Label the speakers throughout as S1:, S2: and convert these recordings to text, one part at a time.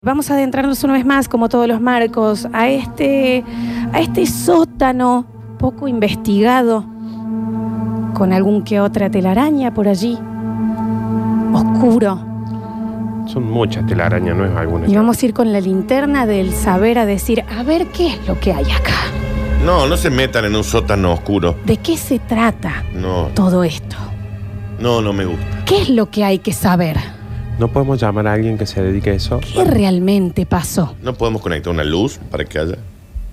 S1: Vamos a adentrarnos una vez más, como todos los marcos, a este, a este sótano poco investigado, con algún que otra telaraña por allí, oscuro.
S2: Son muchas telarañas, no es alguna.
S1: Y vamos a ir con la linterna del saber a decir, a ver qué es lo que hay acá,
S3: No, no se metan en un sótano oscuro.
S1: de qué se trata
S3: No,
S1: todo esto,
S3: no, no me gusta.
S1: qué es lo que hay que saber,
S2: No podemos llamar a alguien que se dedique a eso.
S1: qué realmente pasó.
S3: No podemos conectar una luz para que haya.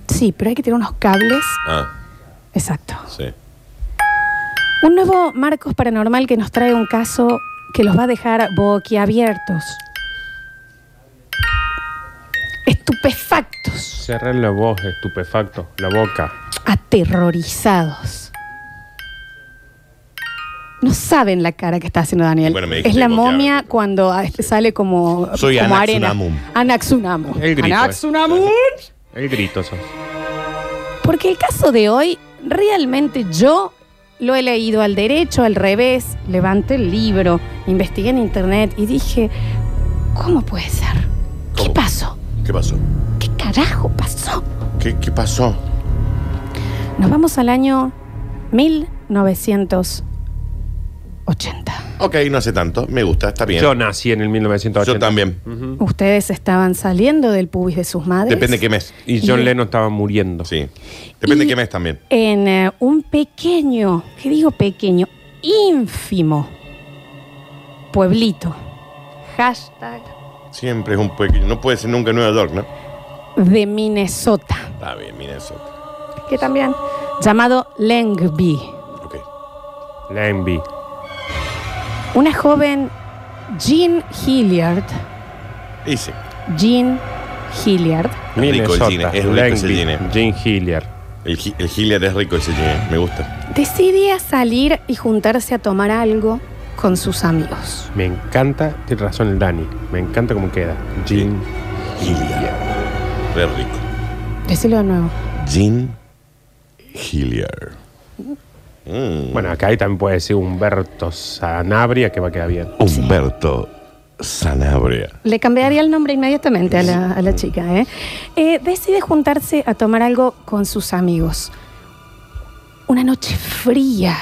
S1: Sí, pero hay que tener unos cables.
S3: Ah,
S1: Exacto.
S3: sí.
S1: Un nuevo Marcos Paranormal que nos trae un caso que los va a dejar boquiabiertos. Estupefactos,
S2: Cerren la voz, estupefacto, la boca.
S1: aterrorizados. No saben la cara que está haciendo Daniel.
S3: Bueno, me dijiste
S1: es la
S3: boquiabierto.
S1: momia cuando ah, sale como,
S3: Soy
S1: como arena.
S3: Anaxunamun.
S1: Anaxunamun.
S2: El grito, eh.
S1: Anaxunamun.
S2: El grito sos.
S1: Porque el caso de hoy, realmente yo lo he leído al derecho, al revés, levanté el libro, investigué en internet y dije, ¿cómo puede ser? ¿Qué
S3: ¿Cómo?
S1: pasó?
S3: ¿Qué pasó?
S1: ¿Qué carajo pasó?
S3: ¿Qué, qué pasó?
S1: Nos vamos al año 1980.
S3: Ok, no hace tanto. Me gusta, está bien.
S2: Yo nací en el 1980.
S3: Yo también.
S2: Ujú.
S1: Ustedes estaban saliendo del pubis de sus madres.
S3: Depende qué mes.
S2: Y
S1: Y-
S2: John Lennon estaba muriendo.
S3: Sí. Depende
S1: Y-
S3: qué mes también.
S1: En eh, un pequeño, ¿qué digo pequeño? Ínfimo pueblito. Hashtag
S3: Siempre es un pequeño. No puede ser nunca Nueva York, ¿no?
S1: de Minnesota,
S3: Está bien, mira eso.
S1: que también llamado Lengby.
S3: Ok.
S2: La envy.
S1: Una joven Jean Hilliard,
S3: Y sí.
S1: Jean Hilliard,
S3: Es rico el cine, es rico ese cine.
S2: Jim Hilliard.
S3: El, Gi- el Hilliard es rico ese cine. Me gusta.
S1: decidía salir y juntarse a tomar algo con sus amigos.
S2: Me encanta, tiene razón el Dani. Me encanta cómo queda. Jim
S3: Hilliard. Re rico.
S1: Decirlo de nuevo.
S3: Jean Hilliard. Mm.
S2: Bueno, acá ahí también puede decir Humberto Sanabria que va a quedar bien.
S3: Humberto Sanabria.
S1: Le cambiaría el nombre inmediatamente a la, a la chica. ¿eh? Eh, decide juntarse a tomar algo con sus amigos. Una noche fría,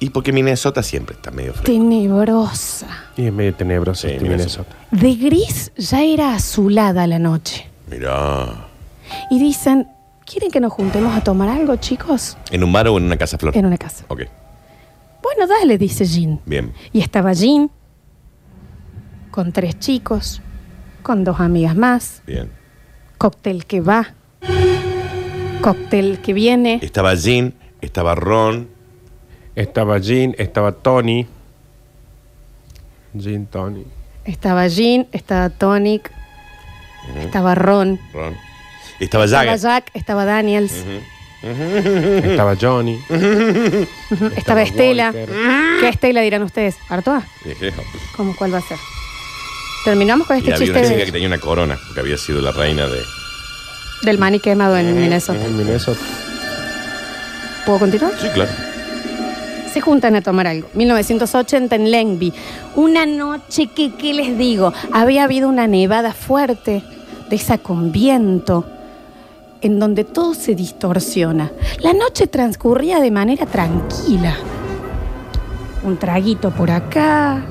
S3: Y porque Minnesota siempre está medio frío.
S1: tenebrosa.
S2: Y es medio tenebroso
S3: Sí,
S2: este
S3: Minnesota.
S2: Minnesota.
S1: De gris ya era azulada la noche.
S3: Mirá.
S1: y dicen, ¿quieren que nos juntemos a tomar algo, chicos?
S3: ¿En un bar o en una casa flor?
S1: En una casa.
S3: Ok,
S1: Bueno, dale, dice Jean.
S3: bien.
S1: Y estaba Jean con tres chicos, con dos amigas más,
S3: Bien.
S1: cóctel que va, cóctel que viene,
S3: Estaba Jean, estaba Ron.
S2: Estaba Jean, estaba Tony. Jean, Tony.
S1: estaba Jean, estaba Tonic, estaba Ron,
S3: Ron. Estaba
S1: estaba
S3: Jagger.
S1: Jack, estaba Daniels,
S2: Estaba Johnny.
S1: estaba Estela. Ah,
S2: Walter.
S1: ¿Qué Estela dirán ustedes? ¿Artoa? ¿Cómo cuál va a ser? Terminamos con
S3: Y
S1: este
S3: había
S1: chiste
S3: una
S1: de-
S3: chica que tenía una corona, que había sido la reina de...
S1: del maní quemado en Minnesota.
S2: En Minnesota.
S1: ¿Puedo continuar?
S3: Sí, claro.
S1: Se juntan a tomar algo. 1980 en Lengby. Una noche que, ¿qué les digo? Había habido una nevada fuerte, de esa con viento, en donde todo se distorsiona. La noche transcurría de manera tranquila. Un traguito por acá,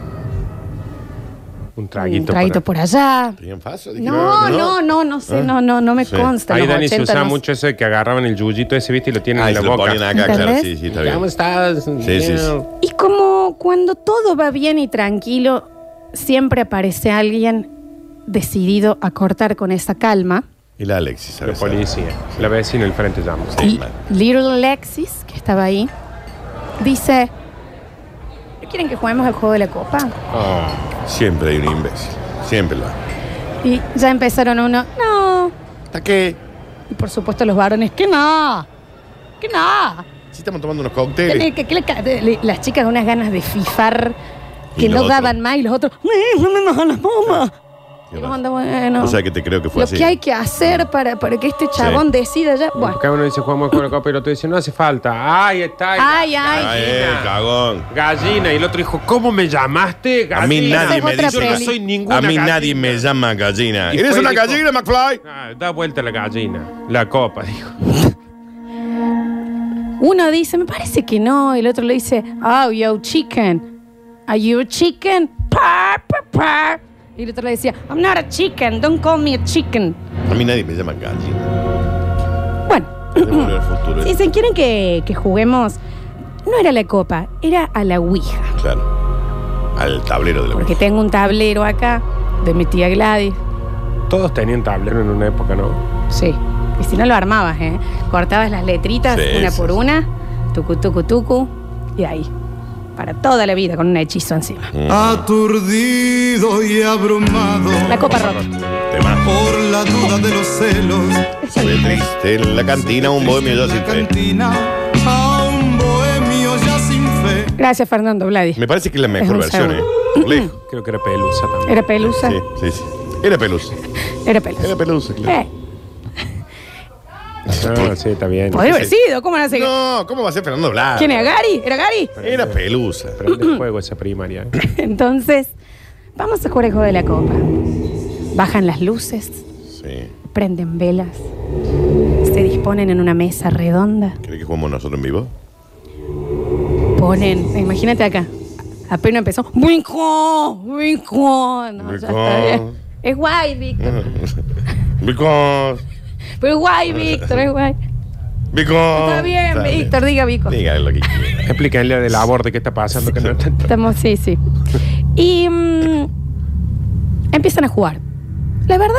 S2: Un traguito.
S1: un traguito
S2: por
S1: por allá.
S3: ¿Tenían falso? Dije,
S1: No, no, no, no sé,
S3: Ah.
S1: no, no, no me
S3: Sí.
S1: consta.
S2: Ahí
S1: los
S2: Dani se
S1: 80
S2: usaba
S1: no-
S2: mucho eso de que agarraban el yuyito ese, viste, y lo tienen
S3: Ah,
S2: en la
S3: se lo
S2: boca.
S3: ponían acá, claro.
S1: ¿Entendés?
S3: Sí, sí, está bien.
S2: estás?
S3: Sí, sí, sí.
S1: Y como cuando todo va bien y tranquilo, siempre aparece alguien decidido a cortar con esa calma.
S3: Y la Alexis,
S2: La
S3: ¿sabes?
S2: policía. La vecina del frente llama.
S3: Sí,
S1: Y
S3: mal.
S1: Little Alexis, que estaba ahí, dice, ¿no quieren que juguemos al juego de la copa?
S3: Siempre hay un imbécil. Siempre lo hay.
S1: Y ya empezaron uno, no.
S3: ¿Hasta qué?
S1: Y por supuesto los varones, que no, que no.
S3: Si estamos tomando unos
S1: Tenés
S3: cócteles.
S1: que- que la- le- las chicas unas ganas de fifar
S3: Y
S1: que no
S3: nosotros.
S1: daban más y los otros, "Eh, no me más a las bombas. Y vos andás, bueno.
S3: O sea que te creo que fue
S1: lo
S3: así.
S1: que hay que hacer para, para que este chabón decida ya. Bueno,
S2: Porque uno dice jugamos con la copa y el otro dice no hace falta. Ay, está.
S1: Ay, ay.
S3: Ah, eh, cagón.
S2: Gallina. Y el otro dijo, ¿cómo me llamaste? Gallina.
S3: A mí nadie me
S1: Otra
S3: dice.
S2: Yo no
S1: peli.
S2: soy ninguna
S3: a mí
S2: gallina.
S3: nadie me llama gallina.
S2: Y
S3: ¿Eres
S2: fue
S3: una
S2: y dijo-
S3: gallina, McFly?
S2: Ah, da vuelta la gallina. La copa, dijo.
S1: uno dice, me parece que no. Y el otro le dice, oh, yo chicken. Are you a chicken? Pa, pa, pa. Y el otro le decía, I'm not a chicken. Don't call me a chicken.
S3: A mí nadie me llama gallina.
S1: Bueno,
S3: De volver al futuro.
S1: si se quieren que, que juguemos, no era la copa, era a la Ouija.
S3: Claro. Al tablero de la
S1: Porque tengo un tablero acá de mi tía Gladys.
S2: Todos tenían tablero en una época, ¿no?
S1: Sí. Y si no lo armabas, ¿eh? Cortabas las letritas
S3: Sí,
S1: una
S3: sí,
S1: por
S3: sí.
S1: una, tucu, tucu, tucu, y ahí. Para toda la vida, con un hechizo encima.
S4: Aturdido y abrumado
S1: La copa rota.
S3: Tema.
S4: por la duda de los celos.
S3: Fue triste en la cantina, un bohemio yo
S4: En
S3: sin
S4: la
S3: fe.
S4: cantina a un bohemio ya sin fe.
S1: Gracias, Fernando Vladi.
S3: Me parece que es la mejor
S1: un
S3: versión, ¿eh? Lejos.
S2: Creo que era pelusa también.
S1: Era pelusa.
S3: Sí, sí, sí. Era pelusa.
S1: Era pelusa.
S3: Era pelusa, claro.
S1: Eh,
S3: Este,
S2: Ah, sí, está bien.
S1: podría haber sido. ¿Cómo no sé? qué?
S3: No, ¿cómo va a ser Fernando Blas?
S1: ¿Quién era Gary? ¿Era Gary?
S3: Era pelusa.
S2: Prende fuego esa primaria. ¿eh?
S1: Entonces, vamos a jugar el juego de la copa. Bajan las luces,
S3: Sí.
S1: prenden velas, se disponen en una mesa redonda.
S3: ¿Cree que jugamos nosotros en vivo?
S1: Ponen, imagínate acá. Apenas empezó. ¡Winco! ¡Winco! No, ya
S3: Brincó.
S1: está bien. Es guay, Víctor.
S3: Because.
S1: Pero es guay, Víctor, es guay.
S3: Because.
S1: Está bien,
S3: Está
S1: Víctor, Oh, diga, Vico.
S3: Dígale lo que quiera.
S2: Explíquenle del aborto qué está pasando. Que no está-
S1: Estamos, sí, sí. Y mm, empiezan a jugar. La verdad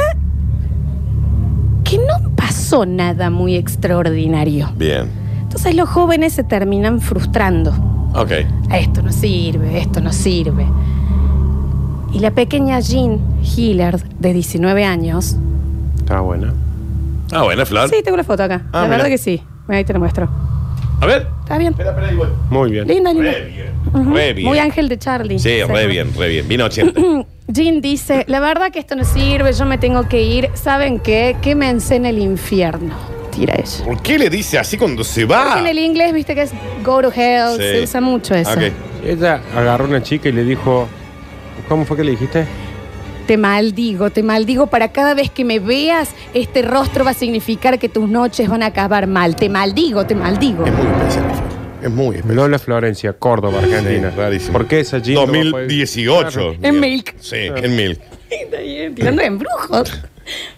S1: que no pasó nada muy extraordinario.
S3: Bien.
S1: Entonces los jóvenes se terminan frustrando.
S3: Ok.
S1: Esto no sirve, esto no sirve. Y la pequeña Jean Hillard, de 19 años.
S2: Estaba buena.
S3: Ah, buena, Flor.
S1: Sí, tengo la foto acá.
S3: Ah,
S1: la
S3: mira.
S1: verdad que sí. Mira, Ahí te la muestro.
S3: A ver.
S1: Está bien.
S3: Espera, espera, ahí voy.
S2: Muy bien.
S1: Linda, linda.
S3: Re bien.
S1: Ujú.
S3: Re bien.
S1: Muy ángel de Charlie.
S3: Sí, re bien, re bien. Vino 80.
S1: Jean dice, la verdad que esto no sirve, yo me tengo que ir. ¿Saben qué? Que me en el infierno. Tira ella.
S3: ¿Por qué le dice así cuando se
S1: Porque
S3: va?
S1: En el inglés, viste que es go to hell,
S3: Ah. Sí.
S1: se usa mucho eso.
S3: Ah, Ok.
S2: Ella agarró a una chica y le dijo, ¿cómo fue que le dijiste?
S1: Te maldigo, te maldigo para cada vez que me veas, este rostro va a significar que tus noches van a acabar mal. Te maldigo, te maldigo.
S3: Es muy especial, Flor. Es muy especial.
S2: Lola Florencia, Córdoba, Argentina.
S3: Sí, rarísimo.
S2: ¿Por qué esa Jean? no va a poder-
S3: 2018.
S1: En Milk.
S3: Sí, en Milk.
S1: Está bien, Tirando embrujos.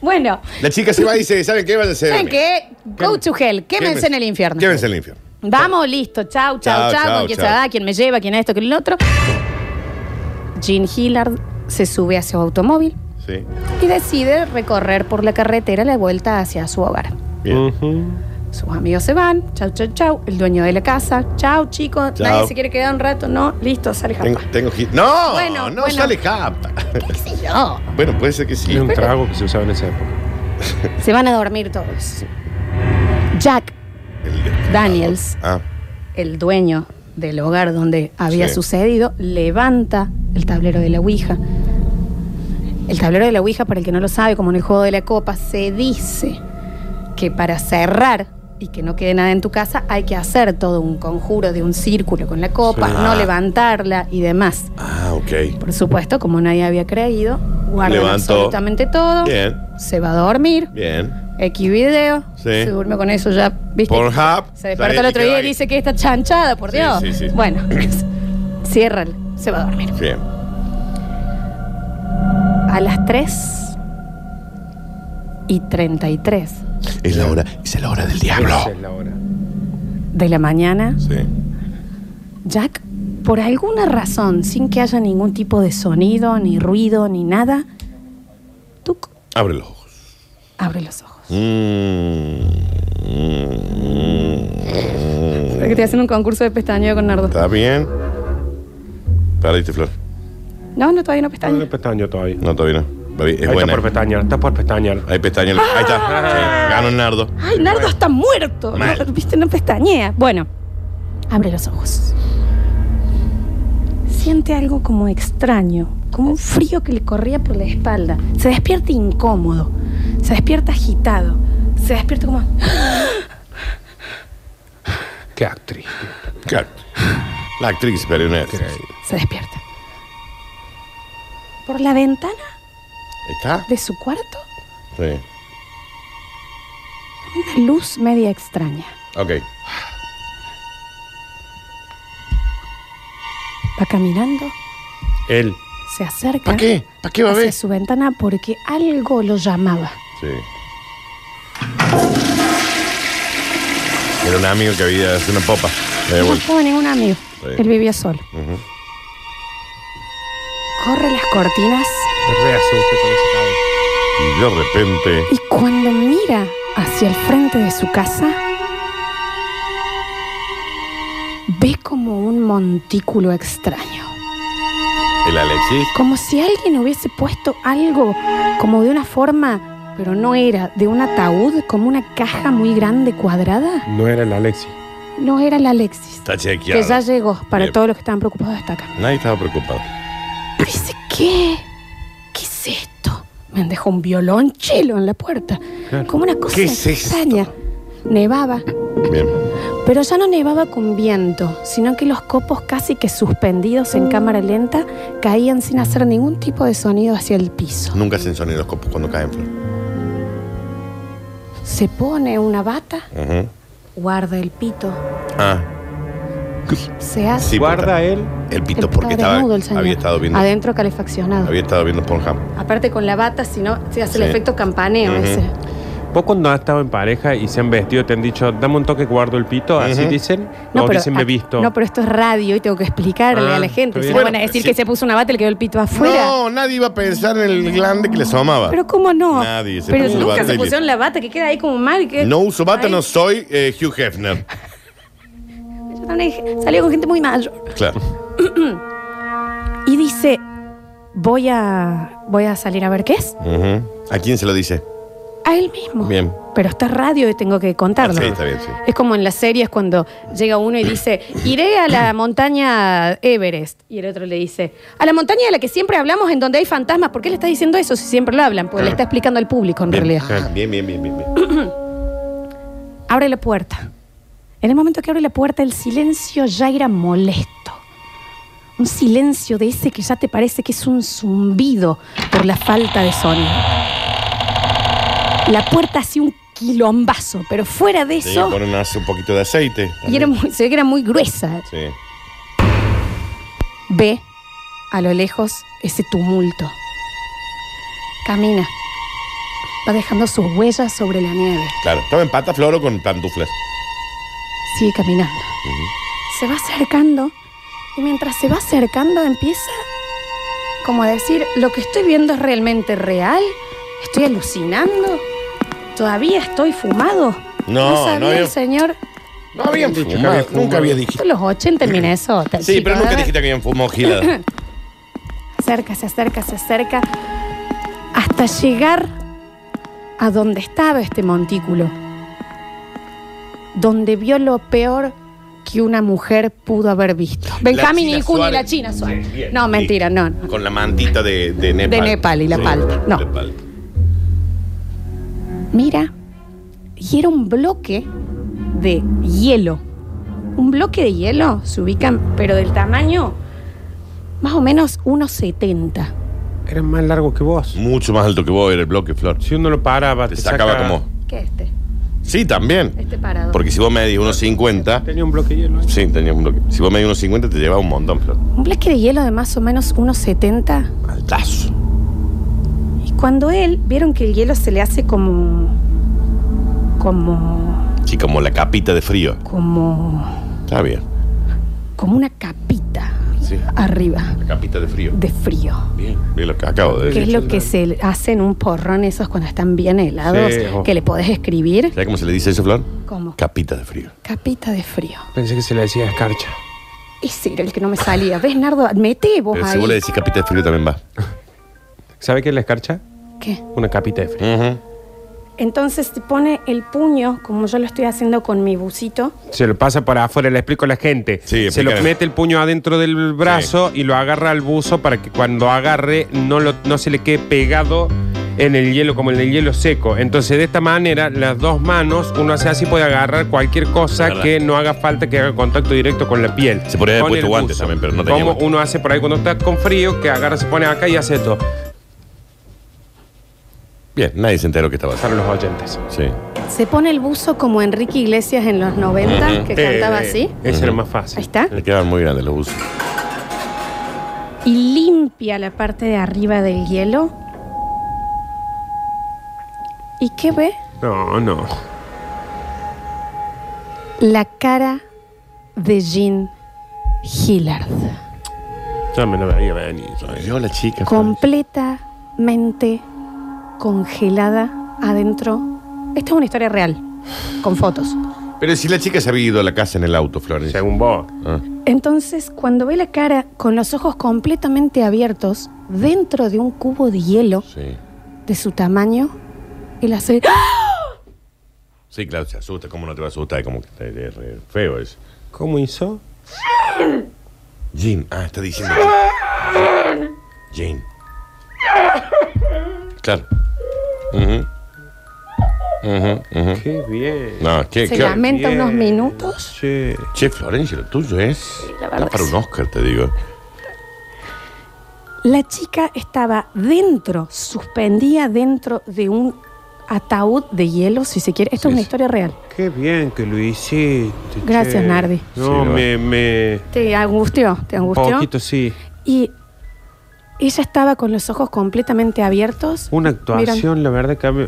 S1: Bueno,
S3: La chica se va y dice, ¿saben qué? Vas a hacer?
S1: ¿saben qué? Go to hell, quémense en el infierno.
S3: Quédense en el infierno.
S1: Vamos, listo. Chau, chau,
S3: Chau,
S1: chau.
S3: chau,
S1: con quien
S3: chau.
S1: se va, quien me lleva, quien esto, quien el otro. Jean Hillard se sube a su automóvil
S3: Sí.
S1: y decide recorrer por la carretera la vuelta hacia su hogar.
S3: Bien.
S2: Ujú.
S1: Sus amigos se van, chau, chau, chau. El dueño de la casa, chau, chicos.
S3: Chau.
S1: Nadie se quiere quedar un rato, no. Listo, sale
S3: Tengo,
S1: jamás.
S3: tengo hit. No,
S1: Bueno,
S3: no
S1: bueno.
S3: sale capa. Bueno, puede ser que sí.
S2: Era un trago que se usaba en esa época.
S1: Se van a dormir todos. Jack
S3: El de-
S1: Daniels,
S3: Ah,
S1: el dueño del hogar donde había
S3: Sí.
S1: sucedido, levanta el tablero de la Ouija. El tablero de la Ouija, para el que no lo sabe, como en el juego de la copa, se dice que para cerrar y que no quede nada en tu casa, hay que hacer todo un conjuro de un círculo con la copa,
S3: Sí.
S1: no
S3: Ah.
S1: levantarla y demás.
S3: ah, ok.
S1: Por supuesto, como nadie había creído, guardan
S3: Levantó.
S1: absolutamente todo,
S3: Bien,
S1: se va a dormir,
S3: bien.
S1: X video,
S3: Sí.
S1: se duerme con eso ya, ¿viste?
S3: Pornhub.
S1: Se despertó el otro día y dice que está chanchada, por
S3: Sí,
S1: Dios.
S3: sí, sí.
S1: Bueno, ciérrala, se va a dormir.
S3: Bien.
S1: A las 3 y 33
S3: Es la hora, es la hora del diablo.
S2: Esa es la hora.
S1: de la mañana,
S3: Sí.
S1: Jack, por alguna razón, sin que haya ningún tipo de sonido, ni ruido, ni nada, tuc,
S3: Abre los ojos.
S1: abre los ojos.
S3: Mm, mm, mm.
S1: Creo que te hacen un concurso de pestañeo con Nardo.
S3: ¿Está bien? Perdiste, Flor.
S1: No, no, todavía no
S2: Está
S1: pestañeo.
S2: en pestaño todavía.
S3: No, todavía no. Baby, Es
S2: Ahí está
S3: buena.
S2: por pestañar, está por pestañar.
S3: Ahí pestaña. Ahí está.
S1: Ah.
S3: Sí. Ganó el nardo.
S1: Ay, Nardo está muerto.
S3: Mal.
S1: No, Viste, no pestañea. Bueno, abre los ojos. Siente algo como extraño con un frío que le corría por la espalda. Se despierta incómodo, se despierta agitado, se despierta como... ¡Ah!
S2: Qué actriz.
S3: Claro. La actriz, pero no es.
S1: Se despierta. Por la ventana
S3: ¿Está?
S1: de su cuarto,
S3: Sí.
S1: una luz media extraña.
S3: Ok.
S1: Va caminando,
S2: Él.
S1: se acerca.
S3: ¿Para qué? ¿Para qué va a
S1: hacia
S3: ver?
S1: su ventana porque algo lo llamaba.
S3: Sí. Era un amigo que había hecho una popa. Me
S1: no
S3: devuelvo.
S1: estaba ningún amigo.
S3: Sí.
S1: Él vivía solo.
S3: Ujú.
S1: Corre las cortinas
S2: Me reasusto con ese cabrón.
S3: Y de repente.
S1: y cuando mira hacia el frente de su casa, ve como un montículo extraño.
S3: El Alexis.
S1: Como si alguien hubiese puesto algo como de una forma, pero no era, de un ataúd, como una caja muy grande cuadrada.
S2: No era el Alexi.
S1: No era la Alexis.
S3: Está chequeado.
S1: Que ya llegó para
S3: Bien.
S1: todos los que estaban preocupados hasta acá.
S3: Nadie estaba preocupado.
S1: Dice, ¿qué? ¿Qué es esto? Me han dejado un violonchelo en la puerta.
S2: Claro.
S1: Como una cosa
S3: ¿Qué es
S1: extraña.
S3: esto?
S1: Nevaba,
S3: Bien.
S1: pero ya no nevaba con viento, sino que los copos casi que suspendidos en cámara lenta caían sin hacer ningún tipo de sonido hacia el piso.
S3: Nunca se ensonen los copos cuando caen. Flor.
S1: Se pone una bata,
S3: Ujú.
S1: guarda el pito,
S3: Ah,
S1: se hace
S3: sí.
S2: Guarda él.
S3: el
S1: el
S3: pito porque estaba,
S1: desnudo el señor.
S3: había estado viendo.
S1: Adentro calefaccionado.
S3: Había estado viendo Pornhub.
S1: Aparte con la bata, si no, se hace el
S3: Sí.
S1: efecto campaneo
S3: Ujú.
S1: ese.
S2: Vos cuando has estado en pareja y se han vestido, te han dicho, dame un toque, guardo el pito, así
S3: Ujú.
S2: dicen. No, dicen, me
S1: ah,
S2: he visto.
S1: No, pero esto es radio y tengo que explicarle
S2: Ah,
S1: a la gente. Si
S2: está bien.
S1: no
S3: Bueno,
S1: van a decir
S3: sí.
S1: que se puso una bata y le quedó el pito afuera.
S3: No, nadie iba a pensar en el glande que le asomaba.
S1: Pero cómo no.
S3: Nadie se
S1: pero
S3: puso
S1: nunca
S3: bata y
S1: se
S3: le-
S1: pusieron la bata que queda ahí como mal. Que...
S3: No uso bata,
S1: Ay,
S3: no soy eh, Hugh Hefner.
S1: yo también Salió con gente muy mayor.
S3: Claro.
S1: Y dice, voy a, voy a salir a ver qué es.
S3: Ujú. ¿A quién se lo dice?
S1: A él mismo.
S3: Bien. Ah,
S1: Pero está radio y tengo que contarlo.
S3: Sí, está bien, sí.
S1: Es como en las series cuando llega uno y dice, iré a la montaña Everest. Y el otro le dice, a la montaña de la que siempre hablamos en donde hay fantasmas. ¿Por qué le está diciendo eso si siempre lo hablan? Porque le está explicando al público en
S3: Bien.
S1: realidad.
S3: Ah, bien, bien, bien, bien, bien.
S1: Abre la puerta. En el momento que abre la puerta, el silencio ya era molesto. Un silencio de ese que ya te parece que es un zumbido por la falta de sonido. La puerta hacía un quilombazo, pero fuera de
S3: Tenía
S1: eso,
S3: que poner más- un poquito de aceite.
S1: y era muy- se ve que era muy gruesa.
S3: Sí.
S1: Ve a lo lejos ese tumulto. Camina. Va dejando sus huellas sobre la nieve.
S3: Claro. Estaba en pata floro con pantuflas.
S1: Sigue caminando. Se va acercando y mientras se va acercando empieza como a decir, lo que estoy viendo es realmente real, estoy alucinando, todavía estoy fumado.
S3: No,
S1: sabía
S3: no había-
S1: el señor.
S3: No habían
S2: Dicho que
S3: fumado.
S2: había fumado.
S3: Nunca había dicho.
S1: Esto es los 80 en Minnesota.
S3: Sí, pero
S1: chicos,
S3: nunca
S1: ¿eh?
S3: dijiste que habían fumado gilada.
S1: Acerca, se acerca, se acerca, hasta llegar a donde estaba este montículo, donde vio lo peor que una mujer pudo haber visto. Benjamín
S3: China
S1: Nicuni y la
S3: Suárez.
S1: China Suárez.
S3: Sí, bien,
S1: no,
S3: bien.
S1: mentira, no, no.
S3: Con la mantita de, de Nepal.
S1: De Nepal y la palta, no.
S3: de palta.
S1: Mira, y era un bloque de hielo. Un bloque de hielo se ubican, pero del tamaño más o menos 1,70.
S2: Era más largo que vos.
S3: Mucho más alto que vos era el bloque, Flor.
S2: Si uno lo paraba,
S3: Te
S2: Ah, te,
S3: sacaba
S2: saca-
S3: como.
S1: ¿Qué es este?
S3: Sí, también.
S1: Este parado.
S3: Porque si vos medís unos 50.
S2: Tenía un bloque de hielo. ahí.
S3: Sí, tenías un bloque. Si vos medís unos 50, te llevaba un montón, Flor.
S1: Un bloque de hielo de más o menos 1,70.
S3: Altazo.
S1: Y cuando él, vieron que el hielo se le hace como. como.
S3: Sí, como la capita de frío.
S1: como.
S3: Está bien.
S1: como una capita
S3: Sí.
S1: arriba
S3: La capita de frío.
S1: de frío.
S3: Bien. Bien lo que acabo de
S1: Que es
S3: decir.
S1: lo que se hace en un porrón esos cuando están bien helados,
S2: Sí, ojo.
S1: que le podés escribir
S3: ¿Sabes cómo se le dice eso, Flor?
S1: como
S3: Capita de frío.
S1: capita de frío.
S2: Pensé que se le decía escarcha.
S1: Ese era el que no me salía. ¿Ves, Nardo? Mete vos
S3: Pero Eh, si
S1: ahí.
S3: vos le decís capita de frío, también va.
S2: ¿Sabe qué es la escarcha?
S1: ¿Qué?
S2: Una capita de frío.
S3: Ujú.
S1: Entonces te pone el puño, como yo lo estoy haciendo con mi bucito.
S2: Se lo pasa para afuera, le explico a la gente.
S3: Sí,
S2: se lo
S3: explícale.
S2: mete el puño adentro del brazo y lo agarra al buzo para que cuando agarre no, lo, no se le quede pegado en el hielo, como en el hielo seco. Entonces, de esta manera, las dos manos, uno hace así, puede agarrar cualquier cosa
S3: Verdad.
S2: que no haga falta que haga contacto directo con la piel.
S3: Se podría haber
S2: Con
S3: puesto
S2: el
S3: guantes
S2: buzo.
S3: también, pero no tenía
S2: Como
S3: guantes.
S2: uno hace por ahí cuando está con frío, que agarra, se pone acá y hace esto.
S3: Bien, nadie se enteró que estaba haciendo.
S2: Para los oyentes.
S3: Sí.
S1: Se pone el buzo como Enrique Iglesias en los 90, que cantaba
S2: Eh,
S1: así.
S2: Ese era
S3: Ujú.
S2: más fácil.
S1: Ahí está.
S3: Le quedaban muy grandes los buzos.
S1: Y limpia la parte de arriba del hielo. ¿Y qué ve?
S2: No, no.
S1: La cara de Jean Hillard.
S2: Ya me lo veía venir.
S3: Ay, Dios, la chica.
S1: Completamente congelada adentro. Esta es una historia real, con fotos.
S3: Pero si la chica se había ido a la casa en el auto, Florencia.
S2: Según vos.
S3: Ah.
S1: Entonces, cuando ve la cara con los ojos completamente abiertos, dentro de un cubo de hielo
S3: Sí.
S1: de su tamaño, él hace...
S3: Sí, claro, se asusta. ¿Cómo no te va a asustar? Como que te- te- re feo es.
S2: ¿Cómo hizo?
S3: Jean. Ah, está diciendo. Jean. Claro. Ujú. Ujú, ujú.
S2: Qué bien.
S3: No, ¿qué,
S1: Se
S3: qué-
S1: lamenta
S2: bien.
S1: unos minutos.
S2: Che.
S3: Che, Florencia, lo tuyo es.
S1: la verdad
S3: Está para
S1: es-
S3: un Oscar, te digo.
S1: La chica estaba dentro, suspendida dentro de un ataúd de hielo, si se quiere. Esto
S3: Sí,
S1: es una
S3: sí.
S1: historia real.
S2: Qué bien que lo hiciste.
S1: Gracias,
S2: che.
S1: Nardi.
S2: No,
S3: Sí,
S2: me, me.
S1: ¿Te angustió? ¿Te
S2: Un
S1: angustió?
S2: poquito, sí.
S1: Y ella estaba con los ojos completamente abiertos.
S2: Una actuación, la verdad, que a mí-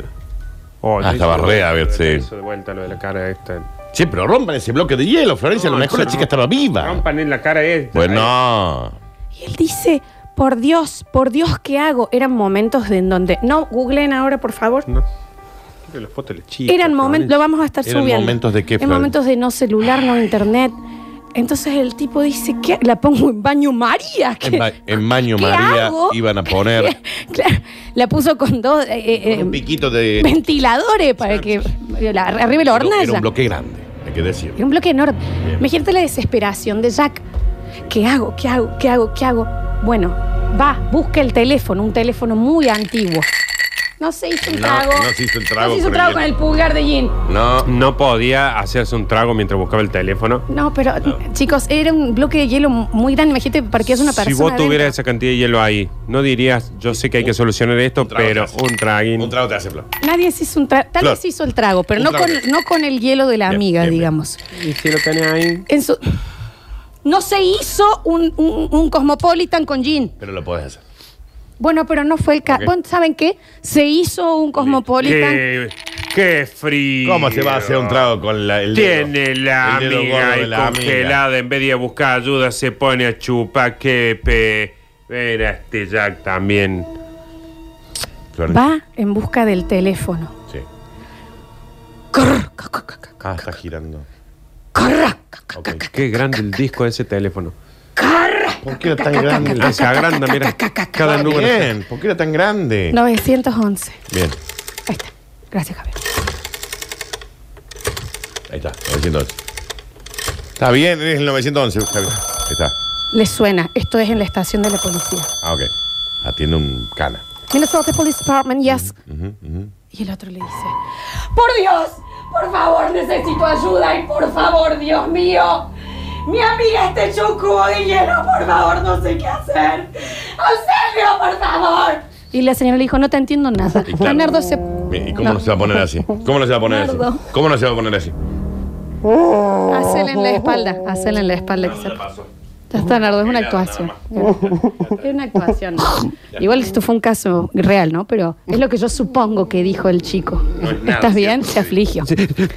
S2: Oh,
S3: Ah,
S2: lo
S3: estaba
S2: hizo
S3: re,
S2: de-
S3: a ver,
S2: lo
S3: sí.
S2: hizo de vuelta lo de la cara esta.
S3: Che, pero rompan ese bloque de hielo, Florencia. a lo
S2: No,
S3: mejor la
S2: se
S3: chica
S2: romp-
S3: estaba viva.
S2: Rompan en la cara esta.
S3: Pues Bueno.
S1: Y él dice, por Dios, por Dios, ¿qué hago? Eran momentos en donde... No, googleen ahora, por favor.
S2: No. Creo que la foto de la chica,
S1: Eran momentos, lo
S2: Florencia.
S1: vamos a estar
S3: ¿Eran
S1: subiendo.
S3: momentos de qué,
S1: En
S3: Flor?
S1: momentos de no celular, no internet. Entonces el tipo dice, ¿qué? La pongo en baño María. ¿qué?
S3: En, ba- en Maño
S1: ¿Qué
S3: María
S1: hago?
S3: iban a poner
S1: Claro, la puso con dos eh, eh,
S3: un piquito de.
S1: ventiladores para que la- arriba la
S3: Era-
S1: hornalla.
S3: Era un bloque grande, hay que decir.
S1: Era un bloque enorme.
S3: Bien.
S1: Imagínate la desesperación de Jack. ¿Qué hago? ¿Qué hago? ¿Qué hago? ¿Qué hago? Bueno, va, busca el teléfono, un teléfono muy antiguo. No se hizo un
S3: No,
S1: trago.
S3: no se hizo un trago
S1: No se hizo un
S3: con
S1: trago
S3: el
S1: con el pulgar de Jean.
S3: No.
S2: No podía hacerse un trago mientras buscaba el teléfono.
S1: No, pero chicos, era un bloque de hielo muy grande. Imagínate, parqueas una persona.
S2: si vos tuvieras
S1: adentro.
S2: esa cantidad de hielo ahí, no dirías, yo sé que hay que solucionar esto,
S3: trago
S2: pero
S3: te hace.
S2: un traguín.
S3: Un trago te hace plan.
S1: Nadie se hizo un trago. Tal
S3: Flor.
S1: vez se hizo el trago, pero
S3: Un
S1: no
S3: trago
S1: con,
S3: de eso.
S1: no con el hielo de la
S3: Bien,
S1: amiga,
S3: bien, bien.
S1: digamos.
S2: y si lo tenés ahí.
S1: En su- No se hizo un, un- un Cosmopolitan con Jean.
S3: Pero lo podés hacer.
S1: Bueno, pero no fue el caso.
S3: Ok.
S1: ¿Saben qué? Se hizo un Cosmopolitan.
S2: Qué, qué frío.
S3: ¿Cómo se va a hacer un trago con la, el dedo?
S2: Tiene la
S3: El dedo
S2: amiga
S3: gordo
S2: ahí
S3: de la amiga.
S2: congelada, en vez de ir a buscar ayuda, se pone a chupar. Qué pe. Era este Jack también.
S3: Florencia,
S1: Va en busca del teléfono.
S3: Sí.
S1: Corra, ca, ca, ca, ca,
S3: Ah, está girando.
S1: corra, ca, ca,
S3: Ok.
S2: Qué grande el disco de ese teléfono.
S1: corra.
S3: ¿Por qué era tan grande?
S2: Ah, se agranda, mira. Cada número.
S3: Bien, ¿por qué era tan grande?
S1: 911.
S3: Bien,
S1: Ahí está. Gracias, Javier.
S3: ahí está, 911. Está bien, es el 911, Javier. Ahí está.
S1: Le suena. Esto es en la estación de la policía.
S3: Ah, ok. Atiende un cana.
S1: Minnesota Police Department, yes.
S3: Ujú, ujú.
S1: Y el otro le dice: ¡Por Dios! ¡Por favor, necesito ayuda! ¡Y por favor, Dios mío! ¡Mi amiga está hecho un cubo de hielo! ¡Por favor, no sé qué hacer! ¡Auxilio, por favor! Y la señora le dijo: No te entiendo nada.
S3: Y claro.
S1: Leonardo se.
S3: Bien, ¿Y cómo no. se va a poner así? ¿Cómo no se va a poner así?
S1: Nardo.
S3: ¿Cómo no se va a poner así?
S1: Hacele en la espalda, hacele en la espalda. que se- Ya está, Nardo, es una actuación. Es una actuación. Igual esto fue un caso real, ¿no? Pero es lo que yo supongo que dijo el chico.
S2: No es nada
S1: ¿Estás bien?
S2: cierto,
S1: Se afligió.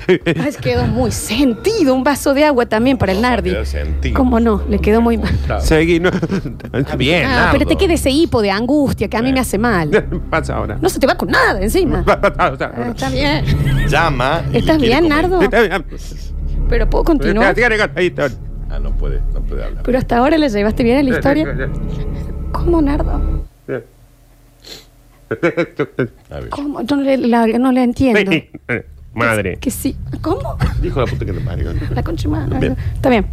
S1: Ay, quedó muy sentido. Un vaso de agua también para el Nardi.
S3: Ah, quedó sentido.
S1: ¿Cómo no? Le quedó muy mal.
S2: Seguí. No.
S3: Está bien,
S1: Ah,
S3: Nardo.
S1: pero te queda ese hipo de angustia que a mí me hace mal.
S2: Pasa ahora.
S1: No se te va con nada encima. Ah, Está bien.
S3: Llama. y le
S1: ¿Estás
S3: quiere
S1: bien,
S3: comer.
S1: Nardo? Pero puedo continuar.
S2: Ahí está.
S3: Ah, no puede, no puede hablar.
S1: Pero hasta ahora la llevaste bien a la historia. ¿Cómo, Nardo?
S3: A ver.
S1: ¿Cómo? Yo no le, la- no le entiendo.
S2: Madre.
S1: Que sí. ¿Cómo?
S3: Dijo la puta que le parió.
S1: La concha humana.
S3: Bien.
S1: Está bien.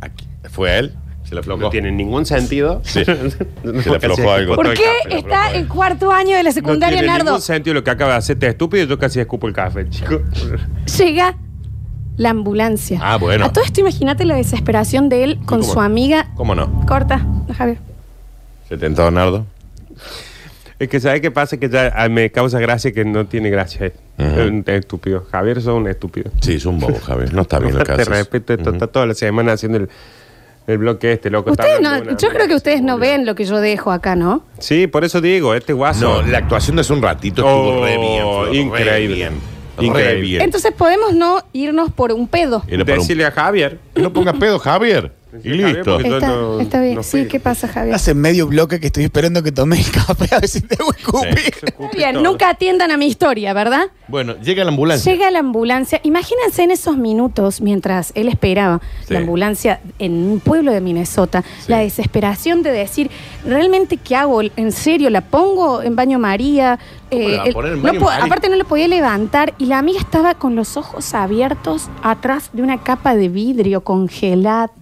S3: Aquí. ¿Fue él? Se le aflojó.
S2: No tiene ningún sentido.
S3: Sí.
S2: No
S3: Se le aflojó algo.
S1: ¿Por qué
S3: café,
S1: está
S3: pero-
S1: en cuarto año de la
S2: No
S1: secundaria,
S2: tiene
S1: Nardo?
S2: ningún sentido lo que acaba de hacer. Te estúpido. Yo casi escupo el café, chico.
S1: Llega la ambulancia.
S3: Ah, bueno.
S1: A todo esto, imagínate la desesperación de él con
S3: ¿Cómo?
S1: su amiga.
S3: ¿Cómo no?
S1: Corta, Javier.
S3: ¿Se tentó, Nardo?
S2: Es que ¿sabes qué pasa? Que ya ah, me causa gracia que no tiene gracia. Es
S3: Ajá.
S2: un estúpido. Javier, sos un estúpido.
S3: Sí, es un bobo, Javier. No está bien lo
S2: Te
S3: que haces.
S2: respeto, esto está toda la semana haciendo el, el bloque este, loco. está
S1: Ustedes no,
S2: hablando de una-
S1: yo creo que ustedes no ven lo que yo dejo acá, ¿no?
S2: Sí, por eso digo, este guaso.
S3: No, la actuación de hace un ratito estuvo
S2: Oh,
S3: re bien. Flor,
S2: increíble.
S3: Re bien.
S2: Increíble.
S3: Re bien.
S1: Entonces podemos no irnos por un pedo.
S2: Eh,
S3: Era para un-
S2: Decirle a Javier.
S3: No pongas pedo, Javier. Y
S2: Decirle a Javier
S3: listo.
S2: porque- Yo
S1: Está,
S2: no-
S1: está bien.
S2: no
S1: sí,
S2: fui.
S1: ¿qué pasa, Javier?
S5: Hace medio bloque que estoy esperando que tome el café a ver si debo escupir.
S1: Está bien, nunca atiendan a mi historia, ¿verdad?
S3: Bueno, llega la ambulancia.
S1: Llega la ambulancia. Imagínense en esos minutos mientras él esperaba
S3: Sí.
S1: la ambulancia en un pueblo de Minnesota, la desesperación de decir, ¿realmente qué hago? ¿En serio? ¿La pongo en baño María? Eh,
S3: ¿Cómo la va a
S1: el-
S3: poner en
S1: no
S3: baño
S1: po-
S3: María?
S1: Aparte no la podía levantar y la amiga estaba con los ojos abiertos atrás de una capa de vidrio congelada.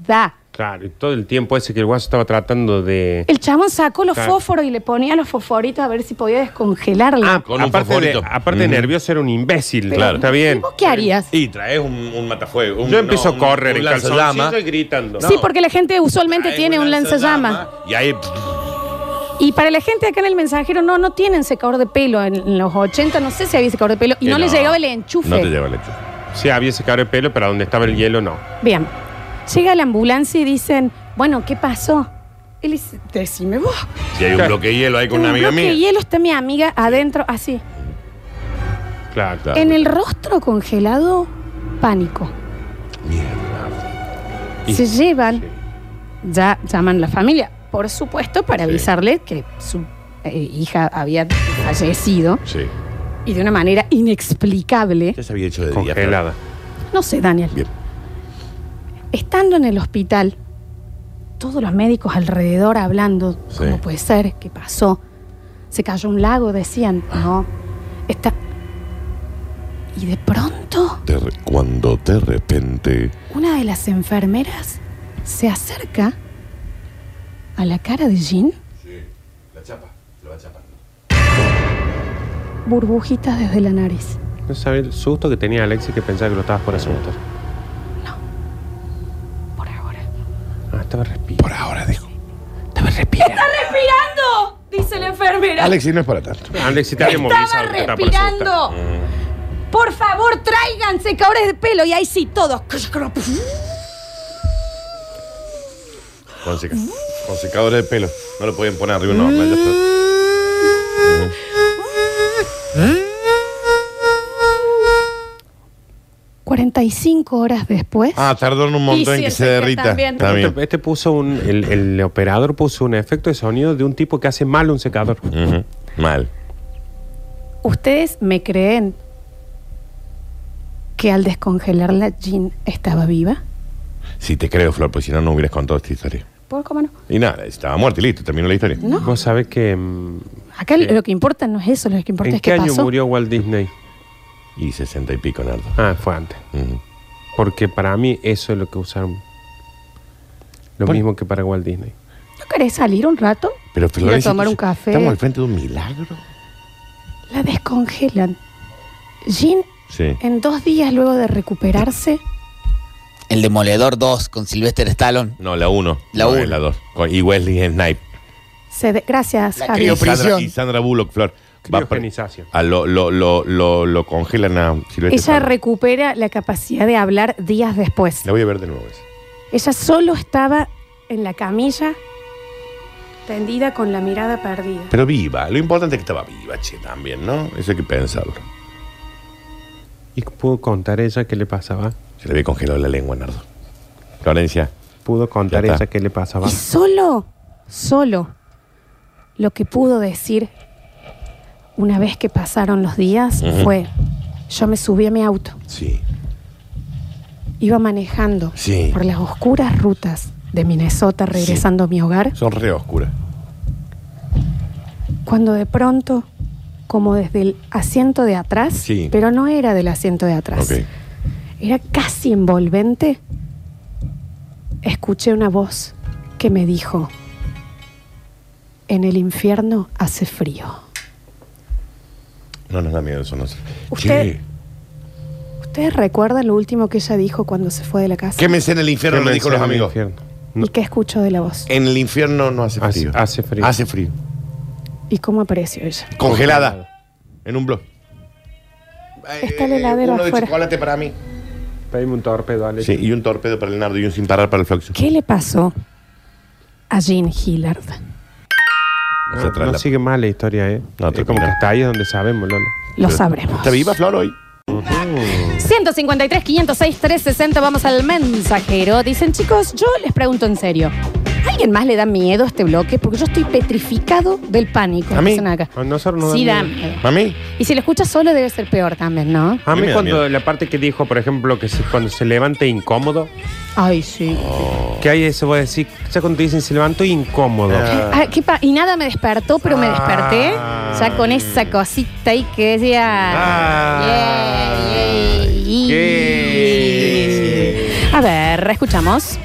S2: Claro, y todo el tiempo ese que el guaso estaba tratando de.
S1: El chabón sacó los
S2: Claro.
S1: fósforos y le ponía los fosforitos a ver si podía descongelarla.
S2: Ah,
S3: Con un
S2: aparte, de,
S3: fosforito.
S2: aparte de
S3: Ujú.
S2: nervioso era un imbécil.
S3: Claro.
S2: Está bien.
S1: ¿Vos qué harías?
S3: Y traes un, un matafuego. un-
S2: Yo empiezo
S3: no,
S2: a
S3: un-
S2: correr
S3: un
S2: en
S3: lanzalama.
S2: calzoncillo y gritando.
S1: sí, porque la gente usualmente
S3: Traes
S1: Este tiene un lanzallamas.
S3: Y ahí.
S1: Y para la gente acá en el mensajero, no, no tienen secador de pelo. En, en los 80 no sé si había secador de pelo y
S3: que
S1: no, le llegaba el enchufe.
S3: No te lleva el enchufe.
S2: Sí, había secado el pelo, pero donde estaba el hielo no.
S1: Bien, llega la ambulancia y dicen, bueno, ¿qué pasó? Él dice, decime vos.
S3: Si hay un
S2: Claro.
S3: bloque de hielo ahí con
S1: Tengo
S3: una
S1: un
S3: amiga
S1: bloque de
S3: mía.
S1: hielo está mi amiga adentro, así.
S2: Claro.
S3: Claro.
S1: En el rostro congelado, pánico.
S3: Mierda.
S1: Se llevan,
S2: Sí.
S1: ya llaman a la familia, por supuesto, para
S3: Sí.
S1: avisarle que su eh, hija había fallecido
S3: Sí.
S1: y de una manera inexplicable.
S3: Ya se había hecho de día.
S2: Congelada.
S1: No sé, Daniel.
S3: Bien.
S1: Estando en el hospital, todos los médicos alrededor hablando,
S3: Sí.
S1: ¿cómo puede ser? ¿Qué pasó? Se cayó un lago, decían.
S3: Ah.
S1: No. Está. Y de pronto,
S3: De re- cuando de repente.
S1: una de las enfermeras se acerca a la cara de Jean,
S3: La chapa. Lo va chapando.
S1: burbujitas desde la nariz.
S2: No sabes el susto que tenía Alexis que pensaba que lo estabas por asuntar.
S1: Por ahora.
S2: Ah, estaba respirando.
S3: Por ahora, dijo.
S2: Estaba respirando.
S1: ¡Respirando! Dice la enfermera.
S3: Alexis no es para tanto.
S2: Ah, Alexis, te habíamos
S1: Estaba
S2: avisado que estaba por asustar.
S1: respirando. Por favor, traigan secadores de pelo y ahí sí todos.
S3: Con, seca- con secadores de pelo. No lo podían poner arriba de una horna. ya está.
S5: ¿Eh?
S1: 45 horas después.
S3: Ah, tardaron un
S1: Y
S3: montón
S1: sí,
S3: en que
S1: el
S3: se
S1: seca
S3: derrita.
S1: también.
S3: Está bien.
S2: Este, este puso un. El, el operador puso un efecto de sonido de un tipo que hace mal un secador.
S3: Ujú. Mal.
S1: ¿Ustedes me creen que al descongelarla Jean estaba viva?
S3: Si te creo, Flor, pues si no, no hubieras contado esta historia.
S1: ¿Por cómo no?
S3: Y nada, estaba muerta y listo, terminó la historia.
S1: No.
S2: Vos sabés que. mm,
S1: Acá lo que importa no es eso, lo que importa
S2: ¿En
S1: es qué
S2: qué año
S1: pasó.
S2: murió Walt Disney?
S3: Y sesenta y pico, Nardo.
S2: Ah, fue antes.
S3: Ujú.
S2: Porque para mí eso es lo que usaron. Lo
S3: Por-
S2: mismo que para Walt Disney.
S1: ¿No querés salir un rato?
S3: Pero
S1: Ir a
S3: Florencia,
S1: tomar un
S3: entonces,
S1: café.
S3: Estamos al frente de un milagro.
S1: La descongelan. Jean,
S3: Sí.
S1: en dos días luego de recuperarse,
S5: El Demoledor 2 con Sylvester Stallone.
S3: No, la uno.
S5: La
S3: No,
S5: uno.
S3: es La dos. Con- Y Wesley Snipe.
S1: se de- Gracias,
S5: La
S1: Javier.
S3: Y Sandra,
S5: Prisión.
S3: y Sandra Bullock, Flor. Va pre-
S2: Criogenización.
S3: a Ah, lo, lo, lo, lo, lo congelan a Silvestre.
S1: Ella
S3: Stallone.
S1: recupera la capacidad de hablar días después.
S3: La voy a ver de nuevo. esa.
S1: Ella solo estaba en la camilla, tendida con la mirada perdida.
S3: Pero viva. Lo importante es que estaba viva, che, también, ¿no? Eso hay que pensarlo.
S2: ¿Y pudo contar ella qué le pasaba?
S3: Se le había congelado la lengua, Nardo. Florencia.
S2: ¿Pudo contar
S3: Ya está.
S2: ella qué le pasaba?
S1: Y solo, solo lo que pudo decir una vez que pasaron los días
S3: Ujú.
S1: fue, yo me subí a mi auto,
S3: Sí.
S1: iba manejando
S3: Sí.
S1: por las oscuras rutas de Minnesota regresando a mi hogar.
S3: Son re oscuras.
S1: Cuando de pronto, como desde el asiento de atrás,
S3: Sí.
S1: pero no era del asiento de atrás,
S3: Ok.
S1: era casi envolvente, escuché una voz que me dijo, en el infierno hace frío.
S3: No nos da miedo eso, no sé.
S1: Usted-
S3: Che,
S1: ¿Ustedes recuerdan lo úlimo que ella dijo cuando se fue de la casa?
S3: quémese en el infierno,
S2: ¿Qué
S3: le dijo los
S2: mensaje del
S3: amigos.
S2: infierno? No.
S1: ¿Y qué escuchó de la voz?
S3: En el infierno no hace
S2: Hace-
S3: frío.
S2: hace frío.
S3: Hace frío.
S1: ¿Y cómo apareció ella?
S3: Congelada. En un blog. Eh,
S1: Está la heladera
S3: Uno de
S1: afuera.
S3: chocolate para mí.
S2: Pedime un torpedo, Alex.
S3: Sí, y un torpedo para el nardo y un sin parar para el Floxo.
S1: ¿Qué le pasó a Jean Hillard?
S3: O
S2: No,
S3: sea, tras
S2: no
S3: la-
S2: sigue mal la historia, ¿eh?
S3: No,
S2: es como
S3: termina.
S2: que está ahí es donde sabemos, Lola.
S1: Lo sabremos.
S3: ¿Está viva Flor hoy?
S1: 153, 506, 360, vamos al mensajero. Dicen, chicos, yo les pregunto en serio. ¿a ¿Alguien más le da miedo este bloque? Porque yo estoy petrificado del pánico.
S3: ¿A mí?
S1: dicen acá.
S2: A nosotros nos da
S1: sí, da
S2: miedo.
S1: miedo.
S3: ¿Mami?
S1: Y si lo escuchas solo debe ser peor también, ¿no?
S2: A
S3: A
S2: mí
S3: mí me da
S2: cuando
S3: miedo.
S2: la parte que dijo, por ejemplo, que se- cuando se levante incómodo,
S1: Ay, sí.
S3: Oh.
S2: que hay eso, voy a decir, ya cuando te dicen se levantó incómodo.
S1: Ah, ¿qué pa- y nada me despertó, pero me desperté ya con esa cosita ahí que decía.
S2: Ah.
S1: "Yeah, yeah, yeah". A ver, escuchamos.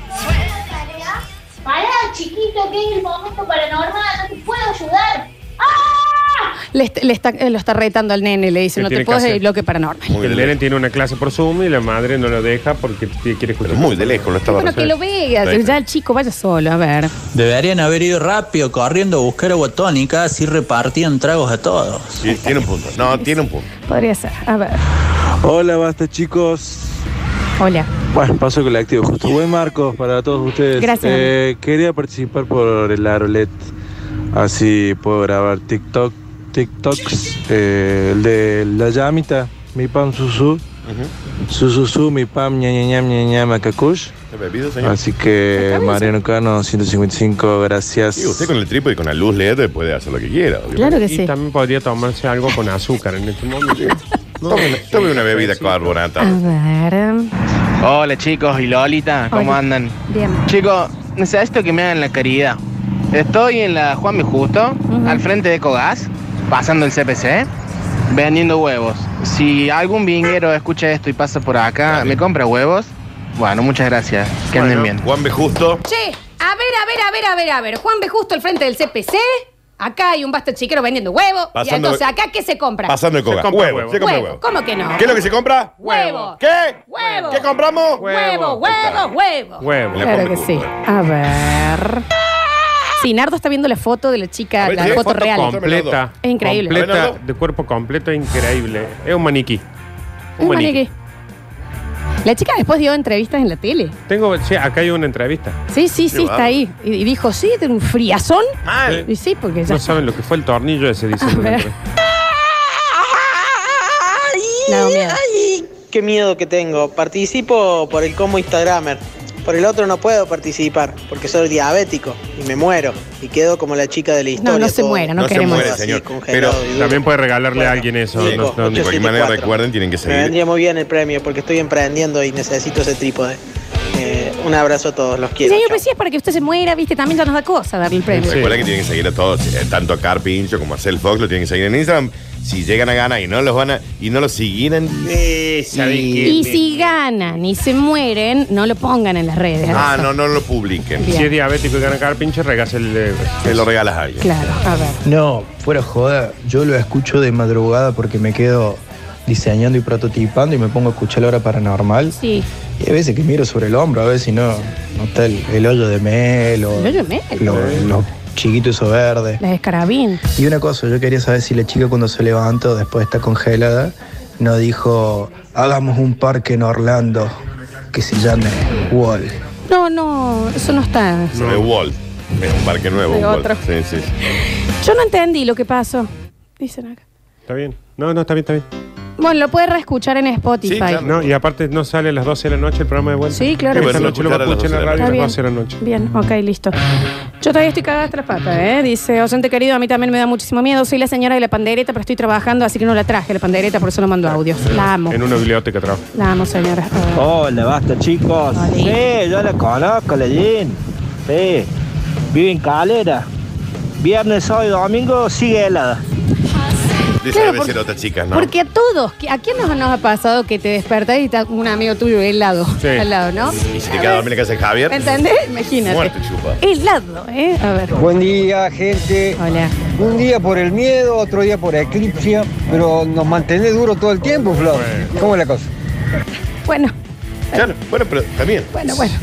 S6: Pará, chiquito, que es el momento paranormal, no te puedo ayudar. ¡Ah!
S1: Le est- le está- eh, lo está retando al nene, le dice,
S2: ¿Qué
S1: no te
S2: tiene que
S1: puedo ir
S2: hacer?
S1: bloque paranormal.
S3: Muy
S2: el
S3: de
S2: nene tiene una clase por Zoom y la madre no lo deja porque t- quiere
S3: Pero
S2: escuchar.
S3: muy de lejos lo estaba
S1: Bueno, que lo vea,
S3: Ahí está.
S1: ya el chico vaya solo, a ver.
S7: Deberían haber ido rápido, corriendo a buscar agua tónica, así repartían tragos a todos.
S3: Sí, tiene un punto. No, tiene un punto.
S1: Podría ser, a ver.
S8: Hola, basta chicos.
S1: Hola.
S8: Bueno, paso colectivo, justo. Buen Marcos para todos ustedes.
S1: Gracias.
S8: Eh, quería participar por el Arolet. Así puedo grabar TikTok, TikToks. eh, el de la llamita, mi pam susu. Susu su, mi pam ña ña ña ña ña macacush.
S3: ¿Está bebido, señor?
S8: Así que Mariano Cano 155, gracias.
S3: Sí, usted con el trípode y con la luz LED puede hacer lo que quiera. obviamente.
S1: Claro que
S2: y
S1: sí.
S2: también podría tomarse algo con azúcar en este momento.
S3: Tome una, tome una bebida
S1: A
S3: carbonatada.
S1: ver.
S9: Hola chicos y Lolita, ¿cómo
S1: Hola.
S9: andan?
S1: Bien.
S9: Chicos, necesito que me hagan la caridad. Estoy en la Juan B. Justo,
S1: Ujú.
S9: al frente de Ecogas, pasando el CPC, vendiendo huevos. Si algún vinguero escucha esto y pasa por acá,
S3: Dale.
S9: me compra huevos. Bueno, muchas gracias. Que anden bien.
S3: Juan B. Justo.
S1: Che, a ver, a ver, a ver, a ver, a ver. Juan ve justo al frente del CPC. Acá hay un basta chiquero vendiendo huevo. y
S3: Pasando-
S1: entonces, ¿acá qué se compra?
S3: Pasando el
S2: Se
S3: coca.
S2: compra
S3: Huevo,
S2: huevo.
S3: se compra
S1: Huevo,
S3: huevo.
S1: ¿cómo que no?
S3: ¿Qué es lo que se compra?
S1: Huevo.
S3: ¿Qué?
S1: Huevo.
S3: ¿Qué compramos?
S1: Huevo, huevo, huevo.
S2: Huevo.
S3: Ah. La
S1: Claro
S3: compra
S1: que
S3: con
S1: sí.
S3: huevo.
S1: A ver. Sí, Nardo está viendo la foto de la chica,
S3: A ver,
S1: la
S3: sí,
S1: foto,
S3: foto
S1: real.
S3: con-
S2: Completa.
S1: Es increíble.
S2: Completa,
S3: Leonardo.
S2: de cuerpo completo, es increíble. Es un maniquí.
S1: Un maniquí. La chica después dio entrevistas en la tele.
S2: Tengo, che, acá hay una entrevista.
S1: Sí, sí, sí, está
S3: bárbaro.
S1: ahí. Y y dijo, sí, tiene un friazón.
S3: ah. Mal.
S1: Y sí, porque ya.
S2: No saben lo que fue el tornillo ese, dice.
S1: A
S2: en la
S1: ver.
S2: entrevista.
S1: Me da miedo.
S10: Qué miedo que tengo. Participo por el como Instagramer. Por el otro no puedo participar porque soy diabético y me muero y quedo como la chica de la historia.
S1: No, no se
S10: todo
S1: muera, no,
S3: No se
S1: queremos.
S3: muere,
S10: así,
S3: señor.
S10: congelado
S3: Pero
S10: y duro.
S2: También puede regalarle a
S10: Bueno,
S2: alguien eso.
S10: sí,
S2: no- no-
S3: De cualquier manera,
S10: 874.
S3: recuerden, tienen que
S10: Me
S3: seguir.
S10: vendría muy bien el premio porque estoy emprendiendo y necesito ese trípode. Eh, un abrazo a todos, los
S1: Y
S10: quiero.
S1: señor,
S10: chao.
S1: pues sí, es para que usted se muera, viste, también ya nos da cosa darle el premio.
S2: Sí.
S3: Recuerden que tienen que seguir a todos, eh, tanto a Carpincho como a Cell Fox, lo tienen que seguir en Instagram. Si llegan a ganar y no los van a y no los siguieran, eh, ¿saben qué?
S1: Y si ganan y se mueren, no lo pongan en las redes.
S3: Ah, no, no lo publiquen.
S1: Bien.
S2: Si es diabético y gana carpincho, regas el. eh,
S3: Se lo regalas a alguien.
S1: Claro, a ver.
S7: No, fuera joda, yo lo escucho de madrugada porque me quedo diseñando y prototipando y me pongo a escuchar la hora paranormal.
S1: Sí.
S7: Y a veces que miro sobre el hombro, a ver si no, no está el, el hoyo de mel o
S1: El hoyo de mel.
S7: lo, lo chiquito eso verde.
S1: La de Escarabín.
S7: Y una cosa, yo quería saber si la chica cuando se levantó después está congelada, no dijo, hagamos un parque en Orlando que se llame Wall.
S1: No, no, eso no está.
S3: Sobre Walt. Es un parque nuevo.
S1: De
S3: Walt.
S1: otro.
S3: Sí, sí, sí.
S1: Yo no entendí lo que pasó. Dicen acá.
S2: Está bien. No, no, está bien, está bien.
S1: Bueno, lo puede reescuchar en Spotify.
S3: Sí, claro.
S2: No, y aparte no sale a las 12 de la noche el programa de vuelta.
S1: Sí, claro.
S2: Esta
S3: Bueno,
S2: noche lo va a escuchar en la radio
S1: Está
S2: a las
S1: bien.
S2: 12 de la noche.
S1: Bien, ok, listo. Yo todavía estoy cagada hasta las patas, ¿eh? Dice, oyente querido, a mí también me da muchísimo miedo. Soy la señora de la pandereta, pero estoy trabajando, así que no la traje la pandereta, por eso no mando audios. La amo.
S2: En una biblioteca trabaja.
S1: La amo, señora. A ver.
S8: Hola, basta chicos.
S1: Hola.
S8: Sí, yo la conozco, la Jean. Sí, vive en Calera.
S11: Viernes, sábado y domingo sigue helada.
S3: Dice
S1: Claro,
S3: debe
S1: porque-
S3: ser otra chica, ¿no?
S1: Porque a todos, ¿a quién nos, nos ha pasado que te despertás y está un amigo tuyo helado? Helado, ¿no?
S3: Y si te queda a dormir en la casa de Javier.
S1: ¿Me ¿Entendés? Imagínate.
S3: Muerte, chupa.
S1: Helado, ¿eh? A ver.
S12: Buen día, gente.
S1: Hola.
S12: Un día por el miedo, otro día por eclipsia, pero nos mantenés duro todo el tiempo, Flor. ¿Cómo es la cosa?
S1: Bueno,
S3: Claro, bueno, pero también.
S1: bueno, bueno.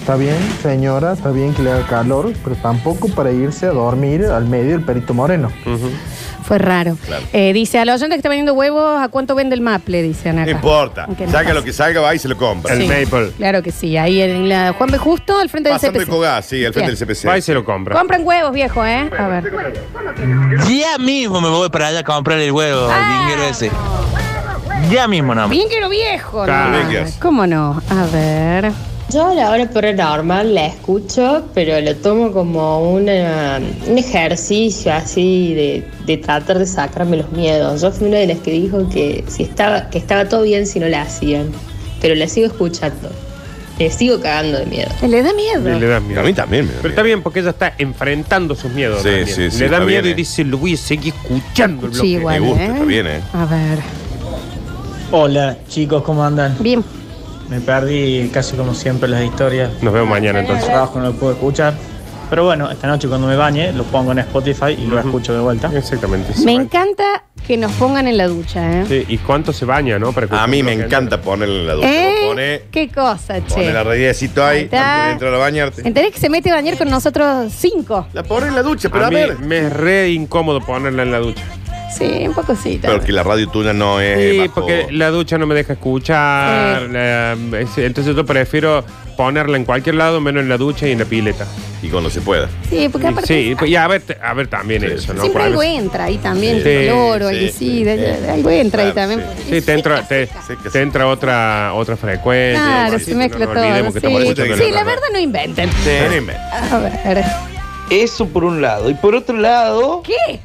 S13: Está bien, señora, está bien que le haga calor, pero tampoco para irse a dormir al medio del perito moreno.
S1: Fue raro. Eh, dice, a los oyentes que está vendiendo huevos, ¿a cuánto vende el maple? Dicen acá.
S3: No importa.
S1: Aunque no
S3: Saca
S1: pasa.
S3: lo que salga, va y se lo compra.
S1: Sí. Claro que sí. Ahí en la Juan B. Justo, al frente del
S3: Pasando el
S1: CPC.
S3: Cogás, sí, al frente
S1: Bien.
S3: del CPC. Va y
S2: se lo compra.
S1: Compran huevos, viejo, ¿eh? A ver.
S14: Ya mismo me voy para allá a comprar el huevo, vinguero ese. Ya mismo nomás.
S1: Bien que lo viejo,
S14: Claro.
S1: ¿no? ¿Cómo no? A ver.
S15: Yo a la hora paranormal la escucho, pero lo tomo como una, un ejercicio así de, de tratar de sacarme los miedos. Yo fui una de las que dijo que, si estaba, que estaba todo bien si no la hacían, pero la sigo escuchando. Le sigo cagando de miedo.
S1: Le da miedo.
S2: Le da miedo. A
S3: mí también
S2: Pero está bien porque ella está enfrentando sus miedos.
S3: Sí,
S2: también.
S3: sí, sí,
S2: Le da
S3: está
S2: miedo
S3: bien,
S2: y
S3: eh.
S2: dice, lo voy a seguir escuchando. el
S1: Sí,
S2: bloque".
S1: igual, Me gusta, ¿eh? está bien,
S3: ¿eh?
S1: A ver.
S16: Hola chicos, ¿cómo andan?
S1: Bien.
S16: Me perdí casi como siempre las historias.
S2: Nos vemos mañana entonces.
S16: El trabajo no lo puedo escuchar. Pero bueno, esta noche cuando me bañe lo pongo en Spotify y lo escucho de vuelta.
S2: Exactamente.
S1: Me encanta que nos pongan en la ducha, ¿eh?
S2: Sí, ¿Y cuánto se baña, no? a
S3: mí me encanta ponerle en la
S1: ¿Eh?
S3: Pone,
S1: Qué cosa,
S3: pone
S1: che.
S3: la radiecito
S1: Ahí
S3: ahí,
S1: está.
S3: antes de entrar a bañarte.
S1: ¿Entendés que se mete a bañar con nosotros cinco?
S3: La pobre en la ducha,
S2: A mí me es re incómodo ponerla en la ducha.
S1: Sí, un poco sí.
S3: Pero que la radio tuya no es.
S2: Sí,
S3: bajo-
S2: porque la ducha no me deja escuchar. la- es- entonces yo prefiero ponerla en cualquier lado, menos en la ducha y en la pileta.
S3: Y cuando se pueda.
S1: Sí, porque aparte
S2: Sí, pues,
S16: pues,
S2: y a ver, a ver también eso, ¿no?
S1: siempre
S2: Por
S1: algo
S2: algo-
S1: entra ahí también,
S2: Sí,
S1: el oro,
S2: sí,
S1: el sí, algo entra ahí también.
S2: Sí, te entra, te, te entra otra, otra frecuencia.
S1: Claro,
S2: Sí,
S1: se mezcla
S2: no nos
S1: todo.
S2: olvidemos que estamos
S1: Sí,
S2: escuchando
S1: Sí,
S2: la
S1: la
S2: radio.
S1: verdad no inventen. A ver.
S11: Eso por un lado. Y por otro lado.
S1: ¿Qué?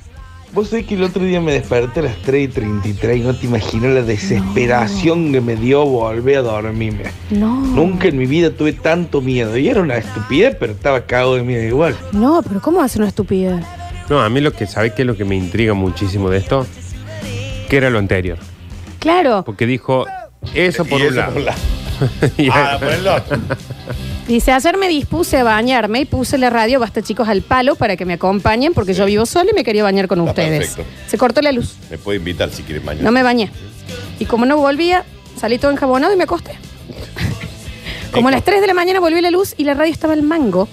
S11: Vos sabés que el otro día me desperté a las 3.33 y no te imagino la desesperación que me dio volver a dormirme.
S1: No.
S11: Nunca en mi vida tuve tanto miedo. Y era una estupidez, pero estaba cagado de miedo igual.
S1: No, pero ¿cómo hace una estupidez?
S2: No, a mí lo que, ¿sabes qué es lo que me intriga muchísimo de esto? Que era lo anterior.
S1: Claro,
S2: Porque dijo, eso por,
S3: Y
S2: un,
S3: eso
S2: lado.
S3: por un lado.
S2: Y-
S3: Ah, por el otro.
S1: dice, ayer me dispuse a bañarme y puse la radio Basta Chicos al palo para que me acompañen porque yo vivo sola y me quería bañar con ustedes.
S3: perfecto.
S1: Se cortó la luz,
S3: Me puede invitar si quieres mañana.
S1: no me bañé. Y como no volvía, salí todo enjabonado y me acosté. Como a las 3 de la mañana volvió la luz y la radio estaba al mango.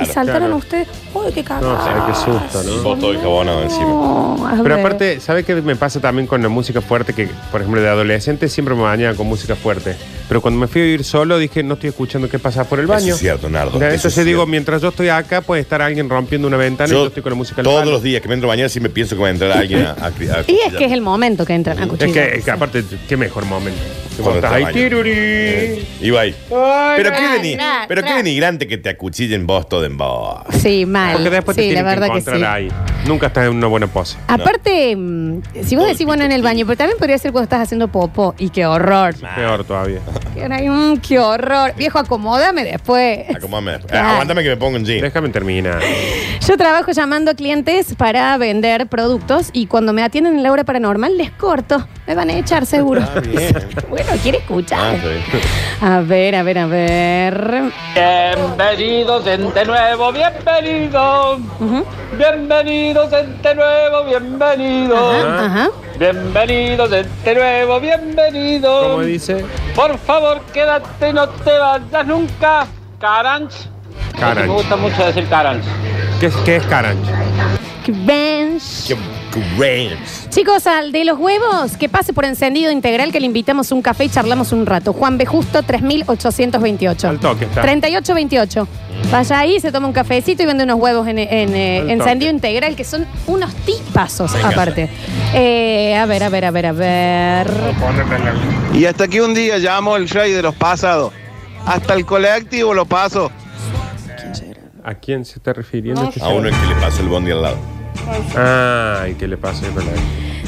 S1: y saltaron
S2: claro.
S1: ustedes. ¡Uy, qué cagada!
S2: No, sabes qué susto, ¿no?
S3: todo jabonado
S1: encima. a
S2: Pero
S1: ver.
S2: aparte, ¿sabes qué me pasa también con la música fuerte? Que, por ejemplo, de adolescente siempre me bañaba con música fuerte. Pero cuando me fui a vivir solo, dije, no estoy escuchando qué pasa por el
S3: Eso
S2: baño.
S3: es cierto, Nardo,
S2: Ya,
S3: eso
S2: Entonces
S3: es cierto.
S2: digo, mientras yo estoy acá, puede estar alguien rompiendo una ventana y yo estoy con la música al
S3: Todos
S2: palo.
S3: los días que me entro a bañar, sí me pienso que va a entrar alguien a. a, a-
S1: Y es que es el momento que entran a
S2: Es
S1: cuchillar.
S2: que, es que aparte, qué mejor momento. Que vos
S3: Cuando
S2: estás
S3: estás
S2: ahí,
S3: bañando.
S2: tirurí.
S3: Y va Eh, ahí. Pero, qué,
S1: tra,
S3: deni-
S1: tra,
S3: pero qué
S1: tra.
S3: denigrante que te acuchillen vos todo en vos.
S1: Sí, mal.
S2: Porque después
S1: sí,
S2: te
S1: la
S2: tienen
S1: verdad
S2: que
S1: que sí.
S2: encontrar ahí. Nunca estás en una buena pose.
S1: Aparte, mm, si vos decís, bueno, en el baño, pero también podría ser cuando estás haciendo popó. Y qué horror.
S2: Peor todavía.
S3: Ah,
S1: Que era, mm, qué horror. Viejo, acomódame después.
S3: Acomódame. Eh,
S1: Claro.
S3: aguántame que me pongo en jean.
S2: Déjame terminar.
S1: Yo trabajo llamando a clientes para vender productos y cuando me atienden en la hora paranormal les corto. Me van a echar seguro. bueno, quiere
S3: Ah,
S1: escuchar. A ver, a ver, a ver.
S17: Bienvenidos gente nuevo, bienvenidos. Bienvenidos gente nuevo, bienvenidos.
S1: Ajá, ajá.
S17: Bienvenidos gente nuevo,
S1: Oh.
S17: bienvenidos.
S2: ¿Cómo dice?
S17: Por favor, quédate, no te vayas nunca. Caranch.
S2: Caranch.
S17: Me gusta mucho decir caranch.
S2: ¿Qué, es- qué es carancho?
S1: Bench.
S3: Grants.
S1: Chicos, al de los huevos, que pase por encendido integral, que le invitamos un café y charlamos un rato. Juan B. Justo, 3828. Al
S2: toque está.
S1: 3828. Vaya ahí, se toma un cafecito y vende unos huevos en, en, eh,
S2: Al
S1: encendido integral, que son unos tipazos,
S2: Me encanta.
S1: aparte. Eh, a ver, a ver, a ver, a ver.
S9: Y hasta que un día llamo el rey de los pasados. Hasta el colectivo lo paso.
S2: ¿A quién se está refiriendo? este
S3: A
S2: señor?
S3: uno el que le pasa el bondi al lado.
S2: Ah, el que le pasa el bondi.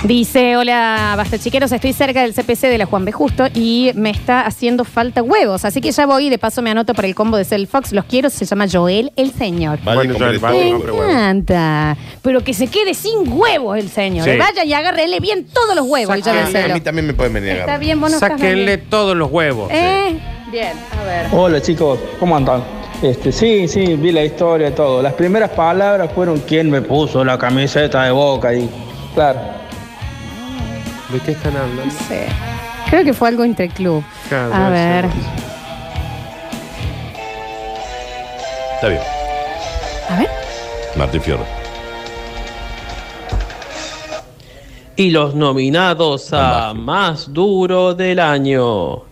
S1: Dice, hola, basta chiqueros, estoy cerca del CPC de la Juan B. Justo y me está haciendo falta huevos. Así que ya voy y de paso me anoto para el combo de Cell Fox. Los quiero, se llama Joel el Señor.
S3: Vaya a comer
S1: Me
S3: el pan, compre
S1: Ah,
S3: huevo.
S1: encanta. Pero que se quede sin huevos el señor. ¿eh?
S3: Sí.
S1: Vaya y agárrele bien todos los huevos. al
S3: Ah,
S1: llavecero.
S3: a mí también me pueden venir a
S1: Está
S3: agarrar.
S1: bien, vos no estás
S2: Sáquenle
S1: bien.
S2: todos los huevos.
S1: ¿Eh? Bien, a ver.
S18: Hola chicos, ¿cómo andan? Este, sí, sí, vi la historia, y todo. Las primeras palabras fueron quién me puso la camiseta de boca y. Claro.
S2: ¿De qué están hablando?
S1: No sé. Creo que fue algo interclub.
S2: Claro,
S1: A
S2: sí.
S1: ver.
S3: Está bien.
S1: A ver.
S3: Martín Fierro.
S19: y los nominados a más duro del año.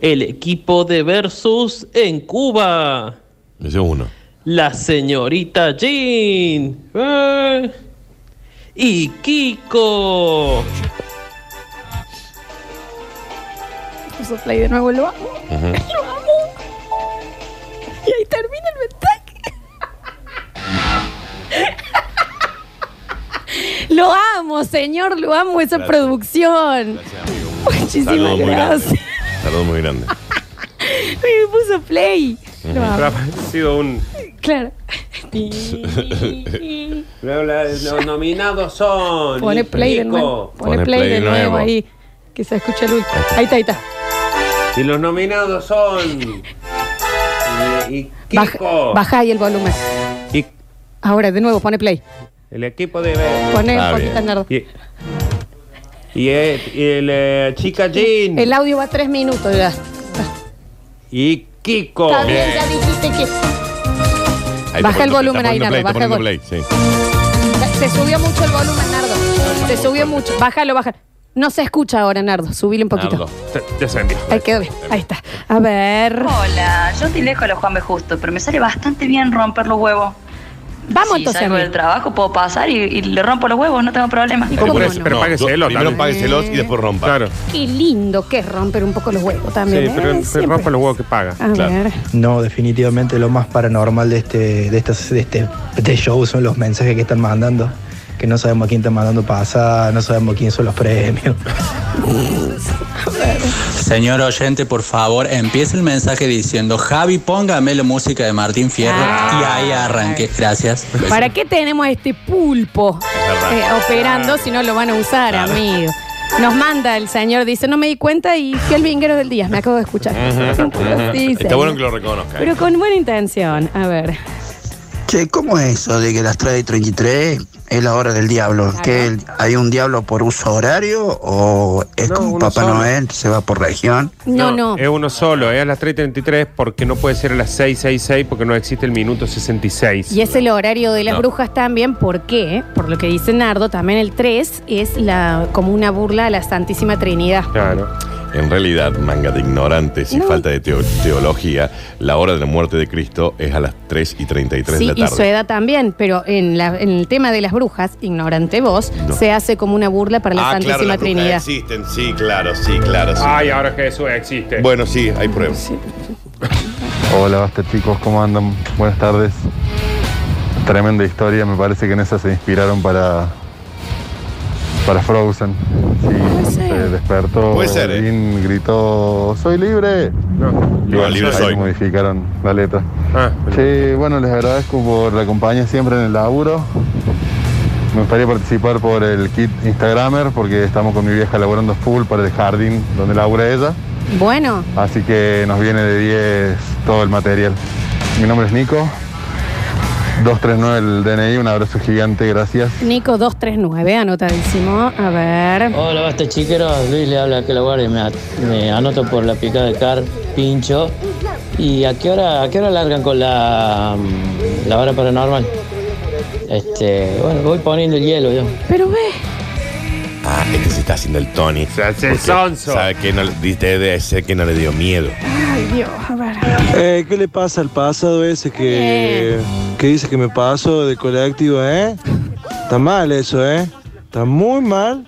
S19: El equipo de Versus en Cuba.
S3: Ese es uno.
S19: La señorita Jean. Eh. Y Kiko.
S1: Puso play de nuevo, lo amo. Lo
S3: Ujú.
S1: amo. Y ahí termina el mensaje. lo amo, señor, lo amo esa
S3: Gracias.
S1: producción. Muchísimas
S3: Saludo muy grande.
S1: gracias.
S3: Saludo muy grande.
S1: Me puso play. Lo
S2: Pero
S1: amo.
S2: ha sido un.
S1: Claro.
S2: Los nominados son.
S1: Pone play de nuevo. Pone, play, de nuevo, ahí. Que se escucha el último. Ahí está, ahí está.
S2: Y los nominados son. Y, y Kiko.
S1: Baja, baja ahí el volumen.
S2: Y-
S1: Ahora, de nuevo, pone play.
S2: El equipo de Versus.
S1: Pone un poquito nerd.
S2: Y, y el, y el, eh, chica Jean.
S1: El audio va a tres minutos ya.
S2: Y Kiko.
S1: Está bien, ya dijiste que. Baja el volumen ahí, Nardo, baja el volumen. Se subió mucho el volumen, Nardo. Se subió mucho. Bájalo, bájalo. No se escucha ahora, Nardo. Subile un poquito.
S2: Te- te se envió.
S1: Ahí quedó bien. Ahí está. A ver.
S20: Oh, Hola, yo estoy lejos de los Juan B. Justo, pero me sale bastante bien romper los huevos.
S1: Vamos
S20: si
S1: entonces,
S20: salgo
S1: amigo.
S20: del trabajo, puedo pasar y, y le rompo los huevos, no tengo problema.
S3: Por eso, Pero págueselos. Primero págueselos y después rompa. Claro.
S1: Qué lindo que es romper un poco los huevos también. ¿eh? Siempre. Ah.
S2: los huevos que paga.
S1: A ver.
S7: No, definitivamente lo más paranormal de este, de estas, de este, de este show son los mensajes que están mandando. Que no sabemos a quién están mandando pasada, no sabemos quién son los premios.
S21: Señor oyente, por favor, empiece el mensaje diciendo, Javi, póngame la música de Martín Fierro y ahí arranque. Gracias.
S1: ¿Para qué tenemos este pulpo
S21: verdad.
S1: eh, operando si no lo van a usar, amigo? Nos manda el señor, dice, no me di cuenta y fui el vinguero del día, me acabo de escuchar. Sí,
S3: Está
S1: señor.
S3: bueno que lo ¿eh? reconozcan.
S1: Pero con buena intención, a ver.
S22: Che, ¿cómo es eso de que las 3 y 33 es la hora del diablo? ¿Que el- hay un diablo por uso horario o es como Papá Noel, se va por región?
S1: No, no.
S2: Es uno solo, es a las 3.33 porque no puede ser a las 6.66 porque no existe el minuto 66.
S1: Y es el horario de las
S2: No.
S1: brujas también, ¿por qué? Por lo que dice Nardo, también el 3 es la, como una burla a la Santísima Trinidad.
S2: Claro.
S3: En realidad, manga de ignorantes y
S1: No.
S3: falta de teo- teología, la hora de la muerte de Cristo es a las 3 y 33
S1: Sí,
S3: de
S1: y
S3: la
S1: su
S3: tarde.
S1: edad también, pero en, la- en el tema de las brujas, ignorante vos,
S3: No.
S1: se hace como una burla para la
S3: ah,
S1: Santísima
S3: claro, las brujas
S1: Trinidad.
S3: existen, sí, claro, sí, claro. Sí.
S2: Ay, ahora Jesús existe.
S3: Bueno, sí, hay pruebas.
S23: Hola, basta chicos, ¿cómo andan? Buenas tardes. Tremenda historia, me parece que en esa se inspiraron para para Frozen. Sí, se despertó,
S3: Puede ser, ¿eh?
S23: Jean gritó, soy libre. Y
S3: No,
S23: bueno,
S3: libre
S23: ahí
S3: soy.
S23: modificaron la letra.
S2: Ah,
S1: Eh.
S23: Che, bueno, les agradezco por la compañía siempre en el laburo. Me gustaría participar por el kit Instagramer porque estamos con mi vieja laburando full para el jardín donde labura ella.
S1: Bueno,
S23: Así que nos viene de 10 todo el material. Mi nombre es Nico. 239 el DNI, un abrazo gigante, gracias.
S1: Nico 239, anotadísimo. A ver.
S24: Hola, basta chiqueros. Luis le habla que la guardia y me, me anoto por la picada de car, pincho. ¿Y a qué hora, a qué hora largan con la, mm, la hora paranormal? Este, bueno, voy poniendo el hielo yo.
S1: Pero ve.
S3: Ah, este se está haciendo el Tony. Se
S2: hace sonso.
S3: Sabe que no, le- debe ser que no le dio miedo.
S1: Ay, Dios, a ver.
S8: Eh, ¿Qué le pasa al pasado ese que, que dice que me paso de colectivo, eh? Está mal eso, eh. Está muy mal.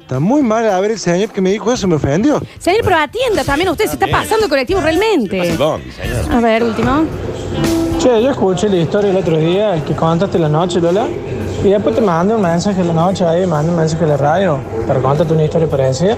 S8: Está muy mal. A ver, el señor que me dijo eso me ofendió.
S1: Señor, pero atienda también usted, se está pasando el colectivo realmente.
S8: señor.
S1: A ver, último.
S24: Che, yo escuché la historia el otro día que contaste la noche, Lola,
S4: Y después te manda un mensaje en la noche ahí, manda un mensaje en la radio para contarte una historia parecida.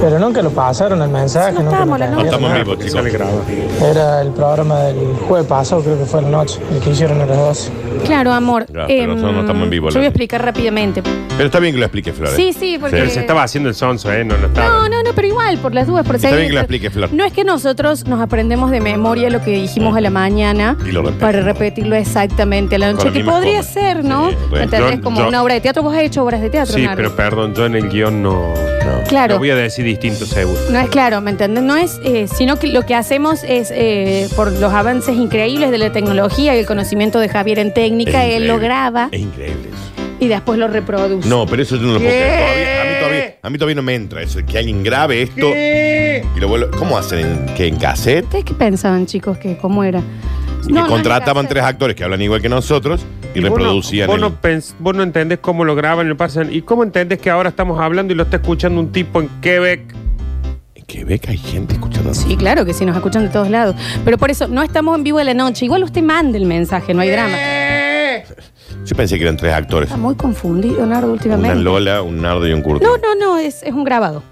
S4: Pero nunca lo pasaron el
S2: Ah,
S4: mensaje.
S1: No
S4: nunca lo
S1: estamos, la
S3: No
S4: entendieron
S3: estamos
S4: nada.
S3: vivos, chicos.
S4: Era el programa del jueves pasado, creo que fue la noche, el que hicieron a las 12.
S1: Claro, amor. Em,
S3: Ya, pero nosotros no estamos en vivo,
S1: Yo voy
S3: Lola.
S1: a explicar rápidamente.
S3: Pero está bien que lo explique, Flores.
S1: Sí, sí, porque-
S2: Pero se estaba haciendo el sonso, ¿eh? No, no estaba.
S1: No, no, no, pero igual, por las dudas. Por si
S2: Está
S1: hay-
S2: bien que lo explique, Flor.
S1: No es que nosotros nos aprendemos de memoria lo que dijimos a la mañana
S3: Y lo repetimos.
S1: para repetirlo exactamente a la
S2: Con
S1: noche,
S2: la
S1: que
S2: misma
S1: podría
S2: forma.
S1: ser, ¿no?
S2: Sí, bueno.
S1: ¿Entendés?
S2: Yo-
S1: como
S2: yo-
S1: una obra de teatro. Vos has hecho obras de teatro,
S2: Sí,
S1: Nardo.
S2: pero perdón, yo en el guión no. no.
S1: Claro.
S2: Lo voy a decir distinto, seguro.
S1: No es claro, ¿me entiendes? No es, eh, sino que lo que hacemos es, eh, por los avances increíbles de la tecnología y el conocimiento de Javier en técnica,
S3: Es
S1: él lo
S3: increíble.
S1: graba
S3: Es increíble eso.
S1: y después lo reproduce.
S3: No, pero eso yo no lo puedo
S1: ¿Qué?
S3: creer. Todavía- a, mí todavía, a mí todavía no me entra eso. Que alguien grabe esto
S1: ¿Qué?
S3: y lo vuelva. ¿Cómo hacen? ¿En, que ¿En cassette?
S1: ¿Ustedes qué pensaban, chicos? que ¿Cómo era?
S3: Y
S1: No, no
S3: que
S1: es
S3: contrataban tres actores que hablan igual que nosotros y,
S2: vos no-
S3: reproducían.
S2: Vos
S3: el-
S2: no, pens- vos no entendés cómo lo graban y lo pasan. ¿Y cómo entendés que ahora estamos hablando y lo está escuchando un tipo en Quebec?
S3: ¿En Quebec hay gente escuchando?
S1: Sí, claro que sí, nos escuchan de todos lados. Pero por eso, no estamos en vivo de la noche. Igual usted mande el mensaje, no hay drama.
S3: Eh. Yo pensé que eran tres actores.
S1: Está muy confundido, Nardo,
S3: Una
S1: últimamente.
S3: Lola, un Nardo y un Curto.
S1: No, no, no, es, es un grabado.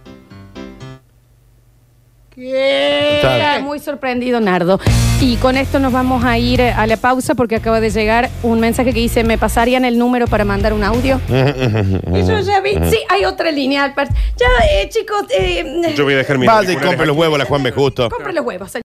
S3: Está-
S1: Está muy sorprendido, Nardo. Y con esto nos vamos a ir eh, a la pausa porque acaba de llegar un mensaje que dice: ¿Me pasarían el número para mandar un audio? Y yo ya vi. Sí, hay otra línea. al par- Ya, eh, chicos, eh,
S3: Yo voy a dejar mi. Vaya y compre los huevos a la Juan B. Justo.
S1: compre los huevos.